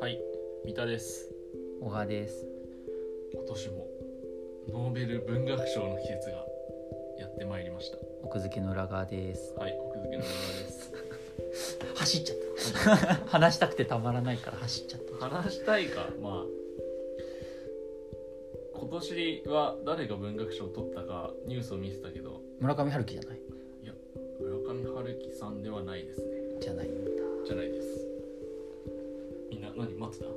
はい、三田です。小川です今年もノーベル文学賞の季節がやってまいりました。奥付けの裏側ですはい、奥付けの裏側です。走っちゃった 話したくてたまらないから走っちゃっ た話したいか、まあ今年は誰が文学賞を取ったかニュースを見てたけど、村上春樹じゃない村上春樹さんではないですね。じゃないんだじゃないです。みんな何待ってい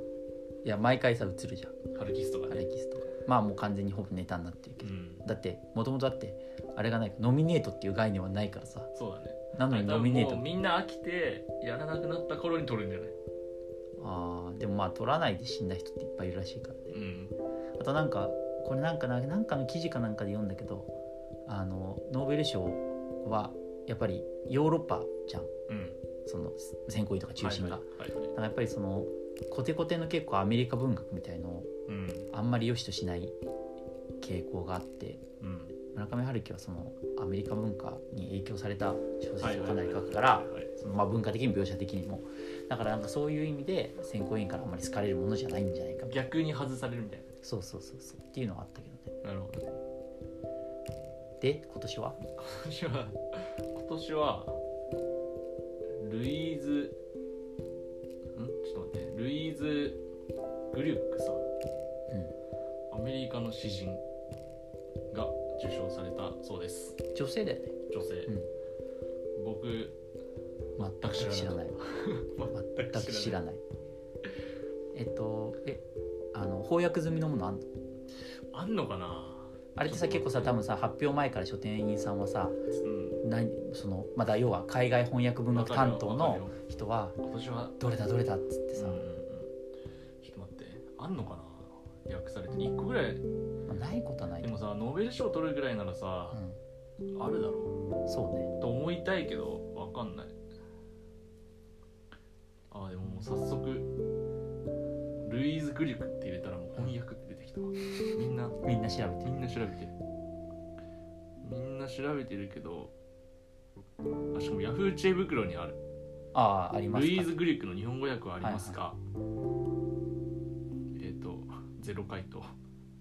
や毎回さ映るじゃんた？春樹ストがアレね。キスとかまあもう完全にほぼネタになってるうけど、ん。だってもともとだってあれがないノミネートっていう概念はないからさそうだね。なのにノミネー多ト分もうみんな飽きてやらなくなった頃に取るんじゃない？あーでもまあ取らないで死んだ人っていっぱいいるらしいからねうん。あとなんかこれなんかななんかの記事かなんかで読んだけどあのノーベル賞はやっぱりヨーロッパじゃんうん。その選考委員とか中心が、はいはいはいはいだからやっぱりそのコテコテの結構アメリカ文学みたいのをうんあんまり良しとしない傾向があってうん村上春樹はそのアメリカ文化に影響された小はい説をはいかはないりはい書くからはいはいそのまあ文化的にも描写的にもだからなんかそういう意味で選考委員からあんまり好かれるものじゃないんじゃないか逆に外されるみたいそうそうそうそうっていうのはあったけどねななるほどねで今年は今年は今年はルイーズんちょっと待ってルイーズ・グリュックさんアメリカの詩人が受賞されたそうです女性だよね女性、うん僕全く知らないわ全全く知らないえっとえあの翻訳済みのものあんのあんのかなあれってさ結構さ多分さ発表前から書店員さんはさうん何そのまだ要は海外翻訳文学担当の人は今年はどれだどれだっつってさうん、うんうんちょっと待ってあんのかな訳されて1個ぐらいまあないことはないでともさノーベル賞取るぐらいならさ、うあるだろん、そうねうと思いたいけどわかんないあーでももう早速ルイーズ・グリュクって入れたらもう翻訳って出てきたわみんなみんな調べてみるんな調べてるみんな調べてるけどあしかもヤフー知恵袋にあるああありますルかイーズ・グリュックの日本語訳はありますか、えっ、とゼロ回答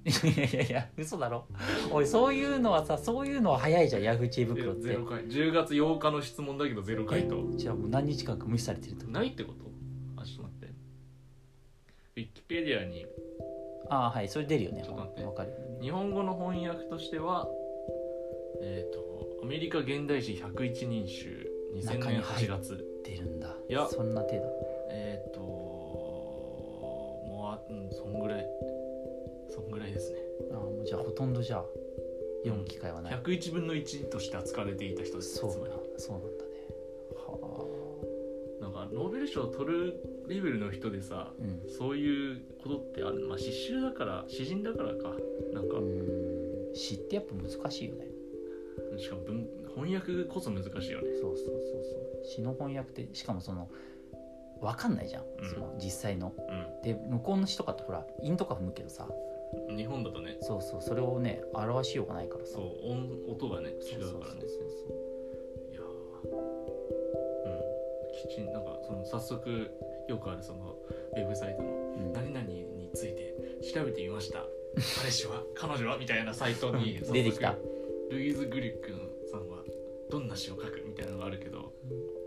いやいやいや嘘だろおいそういうのはさそういうのは早いじゃんヤフー知恵袋っゼてロ回10月8日の質問だけどゼロ回答じゃあもう何日間か無視されてるってことないってことあちょっと待ってウィキペディアにああはいそれ出るよねちょっと待ってわかる日本語の翻訳としてはえっ、とアメリカ現代史101人集2000中年に8入る月出るんだいやそんな程度えっ、ともうあうんそんぐらいそんぐらいですねああもうじゃあほとんどじゃあ読む機会はない、 101分の1として扱われていた人ですそうつまりなんそうなんだねはなんかノーベル賞を取るレベルの人でさあうんそういうことってあるまあ詩集だから詩人だからかなんか、うん詩ってやっぱ難しいよねしかも文翻訳こそ難しいよねそうそうそうそう詩の翻訳ってしかもその分かんないじゃん、んその実際ので向こうの詩とかってほら韻とか踏むけどさうん日本だとねそうそうそれをね表しようがないからさそう音音がねそ違うそううからねそうそういやーうんきちんなんかその早速よくあるそのウェブサイトのうん何々について調べてみました彼氏 は彼女はみたいなサイトに出てきた早速ルイーズ・グリックさんはどんな詩を書くみたいなのがあるけど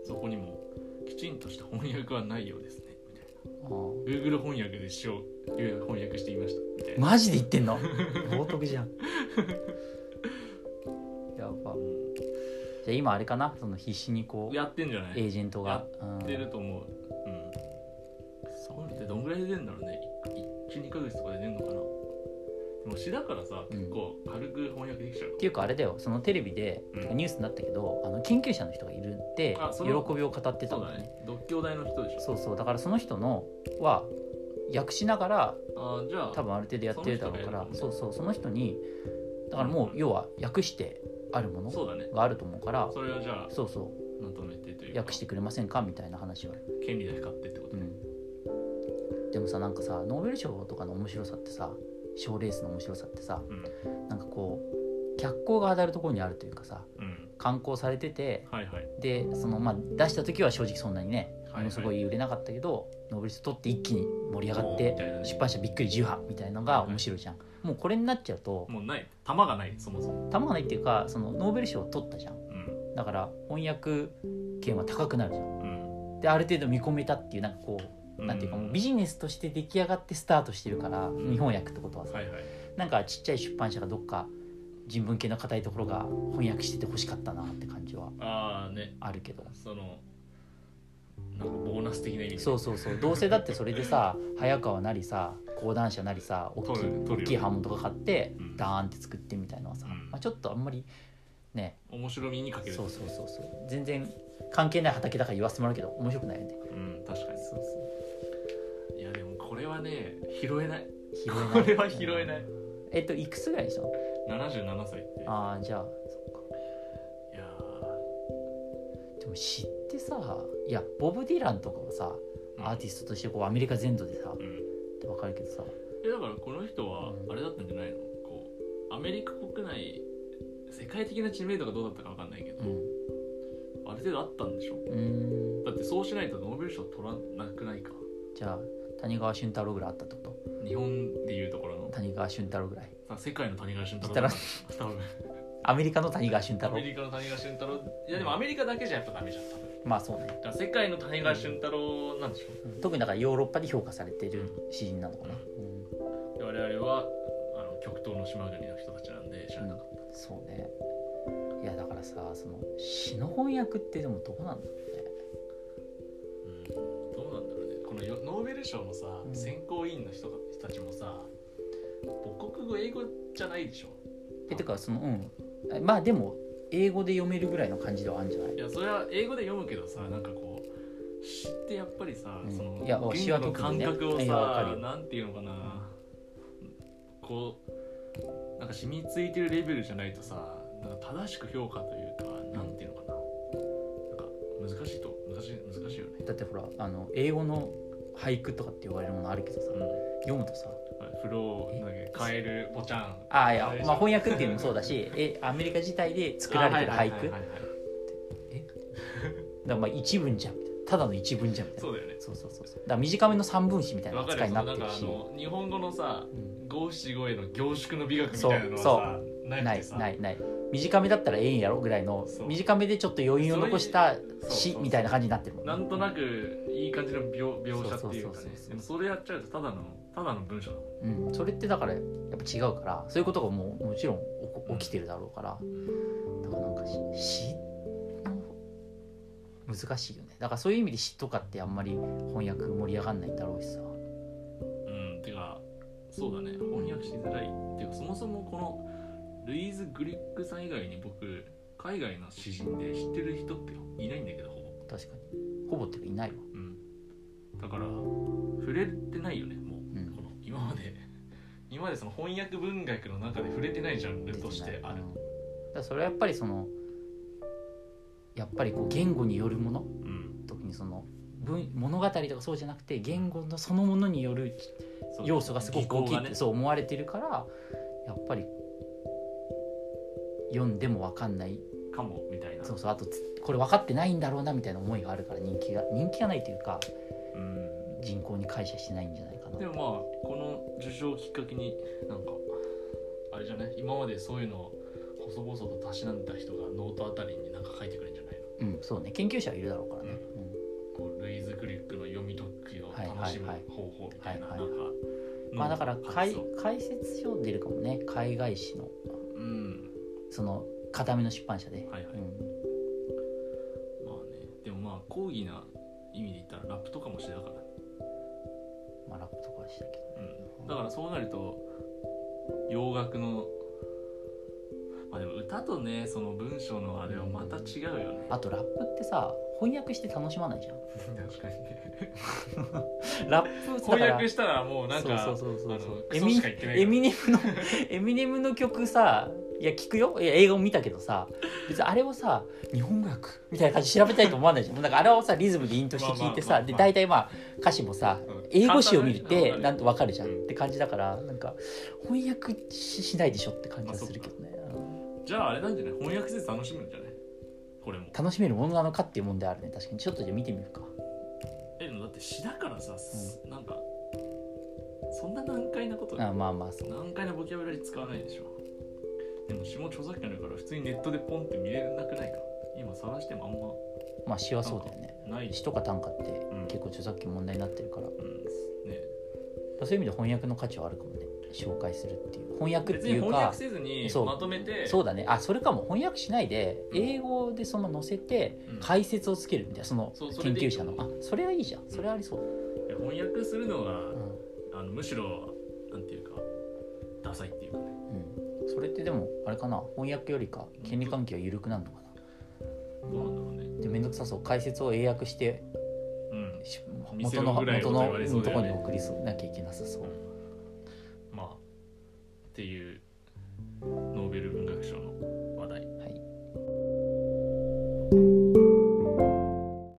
そこにもきちんとした翻訳はないようですねみたいなあー Google 翻訳で詩を翻訳してみましたみたいな、マジで言ってんの冒涜 じゃんやばうじゃあ今あれかなその必死にこんうやってんじゃないエージェントがやってると思ううんそうってどんぐらいで出るんだろうね12ヶ月とかで出るのかなでも詩だからさうん結構軽く翻訳できちゃうっていうかあれだよそのテレビで、うんてかニュースになったけどあの研究者の人がいるってあ喜そびのを語ってたそんうだだよねね独協大の人でしょそうそうだからその人のは訳しながらあーじゃあ多分ある程度やってるだろうからそその人がやるのねうそうその人にだからもう要は訳してあるものそうだねがあると思うからそれをじゃあそうそまとめてといううか訳してくれませんかみたいな話は、権利だけ買ってってことうねん、でもさなんかさノーベル賞とかの面白さってさ賞レースの面白さってさうんなんかこう脚光が当たるところにあるというかさうん刊行されててはいはいでその、まあ、出した時は正直そんなにねはいはいものすごい売れなかったけど、ノーベル賞取って一気に盛り上がっおーみたいなてね出版社びっくり10波みたいなのが面白いじゃん、もうこれになっちゃうともうない玉がないそもそもたまがないっていうかそのノーベル賞を取ったじゃんうんだから翻訳権は高くなるじゃんうんである程度見込めたっていうなんかこうなんていうかもうビジネスとして出来上がってスタートしてるから、ん日本訳ってことはさ、はいはいなんかちっちゃい出版社がどっか人文系の硬いところが翻訳しててほしかったなって感じはああねあるけどそのなんかボーナス的な意味でそうそうそうどうせだってそれでさ早川なりさ講談社なりさ大き取る取るいよ大きい版元とか買って、うんダーンって作ってみたいのはさ、うんまあ、ちょっとあんまりね面白みにかけるそうそうそうそう全然関係ない畑だから言わせてもらうけど面白くないよねうん確かにそうそいやでもこれはね拾えないう拾これは拾えないえっといくつぐらいでしょ77歳ってああじゃあそっかいやでも知ってさいやボブ・ディランとかはさーアーティストとしてこうアメリカ全土でさっうんてわかるけどさえだからこの人はうんあれだったんじゃないのこうアメリカ国内世界的な知名度がどうだったかわかんないけど、うんある程度あったんでしょうーんだってそうしないとノーベル賞取らなくないかじゃあ谷川俊太郎ぐらいあったってこ日本でいうところのと谷川俊太郎ぐらいさ世界の谷川俊太だ郎か多分アメリカの谷川俊ア太郎メリカの谷川俊太郎いやでもアメリカだけじゃやっぱダメじゃん多分まあそうねだから世界の谷川俊太郎なんでしょ特にだからヨーロッパで評価されてる詩人なのかな、うんで我々はあの極東の島国の人たちなんで知らなかった、そうねいやだからさその詩の翻訳ってでもどうなんだろうねうんどうなんだろうねこのよノーベル賞のさ、うん選考委員の人が人たちもさ母国語英語じゃないでしょえてかそのうんえまあでも英語で読めるぐらいの感じではあるんじゃないいやそれは英語で読むけどさなんかこう詩ってやっぱりさ、うんそのいや言詩語はの特に感ね覚をいやわさかるよなんていうのかなこうなんか染みついてるレベルじゃないとさなんか正しく評価というかなんていうのかななんか難しいと難しい難しいよね、だってほらあの英語の俳句とかって呼ばれるものあるけどさ、うん読むとさフローなんだっけカエルポチャンああいやあれ、でしょまあ、翻訳っていうのもそう だしえアメリカ自体で作られてる俳句あだはかいはいはいはいらまあ一文じゃんみたいなただの一文じゃんみたいそなうだよねそうそうそうそうだから短めの三分詞みたいなわかる扱よそのなんいになってかるあし、の日本語のさうん五七五への凝縮の美学みたいなのはさなないいくてさないない短めだったらええんやろぐらいのそう短めでちょっと余韻を残したそう詩そうみたいな感じになってるもんねなんとなくいい感じの描描写っていうかそうそうそうそねうでもそれやっちゃうとただのただの文章だもんうん、それってだからやっぱ違うからそういうことがもうもちろん起こ起きてるだろうから、だからなんかし詩の難しいよねだからそういう意味で詩とかってあんまり翻訳盛り上がんないんだろうしさうんてかそうだね翻訳しづらいっていうかそもそもこのルイーズ・グリックさん以外に僕海外の詩人で知ってる人っていないんだけどほぼ、確かにほぼっていうかいないわうん、だから触れてないよねもう、うんこの今まで今までその翻訳文学の中で触れてないジャンル出てなといしてあるうんだからそれはやっぱりそのやっぱりこう言語によるものうん特にその文物語とかそうじゃなくて言語のそのものによるそう要素がすごく大き技巧いっがて、ねそう思われてるからやっぱり読んでも分かんないかもみたいなそうそうあとつこれ分かってないんだろうなみたいな思いがあるから人気が人気がないというかうん人口に感謝してないんじゃないかなでもまあこの受賞をきっかけになんかあれじゃない今までそういうのを細々とたしなんだ人がノートあたりになんか書いてくれるんじゃないのうんそうね研究者はいるだろうからね、こうルイーズ・グリックの読み解きを楽しむはいはい方法みたいななんはいかはいうんのまあだから発解想解説書出るかもね海外誌のうんその固めの出版社で、はいはいうんまあねでもまあ講義な意味で言ったらラップとかもしてたから、まあラップとかはしたけうどん、だからそうなると洋楽のまあでも歌とねその文章のあれはまた違うよねあとラップってさ翻訳して楽しまないじゃん確かにねラップだか 翻ら訳したらもうなんかそうそうそうそあうのクエソミしか言ってないからエミ ネムのエミネムの曲さいや聞くよいや映画を見たけどさ別にあれをさ日本語訳みたいな感じで調べたいと思わないじゃんもうなんかあれをさリズムでインとして聞いてまあさまあまあまあで大体まあ歌詞もさうん英語詞を見るって簡単だねなんとわかるじゃんっうんて感じだからなんか翻訳ししないでしょって感じはするけどね、じゃああれなんじゃない翻訳せず楽しむんじゃないこれも楽しめるものなのかっていう問題あるね確かにちょっとじゃあ見てみるかえでもだって詩だからさ、すなんかそんな難解なことあまあまあそう難解なボキャブラリー使わないでしょでも詩も著作権あるから普通にネットでポンって見れなくないか今探してもまあ詩はそうだよねあんまないし、詩とか短歌ってん結構著作権問題になってるから、うんね、そういう意味で翻訳の価値はあるかもね紹介するっていう翻訳って別にいう翻か訳せずにそうまとめてそうだねあそれかも翻訳しないで英語でその載せてうん解説をつけるみたいなそのそうそれ研でいい究者のあそれはいいじゃんそれありそう、いや翻訳するのが、うんあのむしろなんていうかダサいっていうかねうん、それってでもあれかな翻訳よりか権利関係は緩くなるのかなどうなんだろうねで面倒くさそう解説を英訳してうんし見せ元ろのぐらいの元ことの言われそうとだこよろねに送りそうなきゃいけなさそう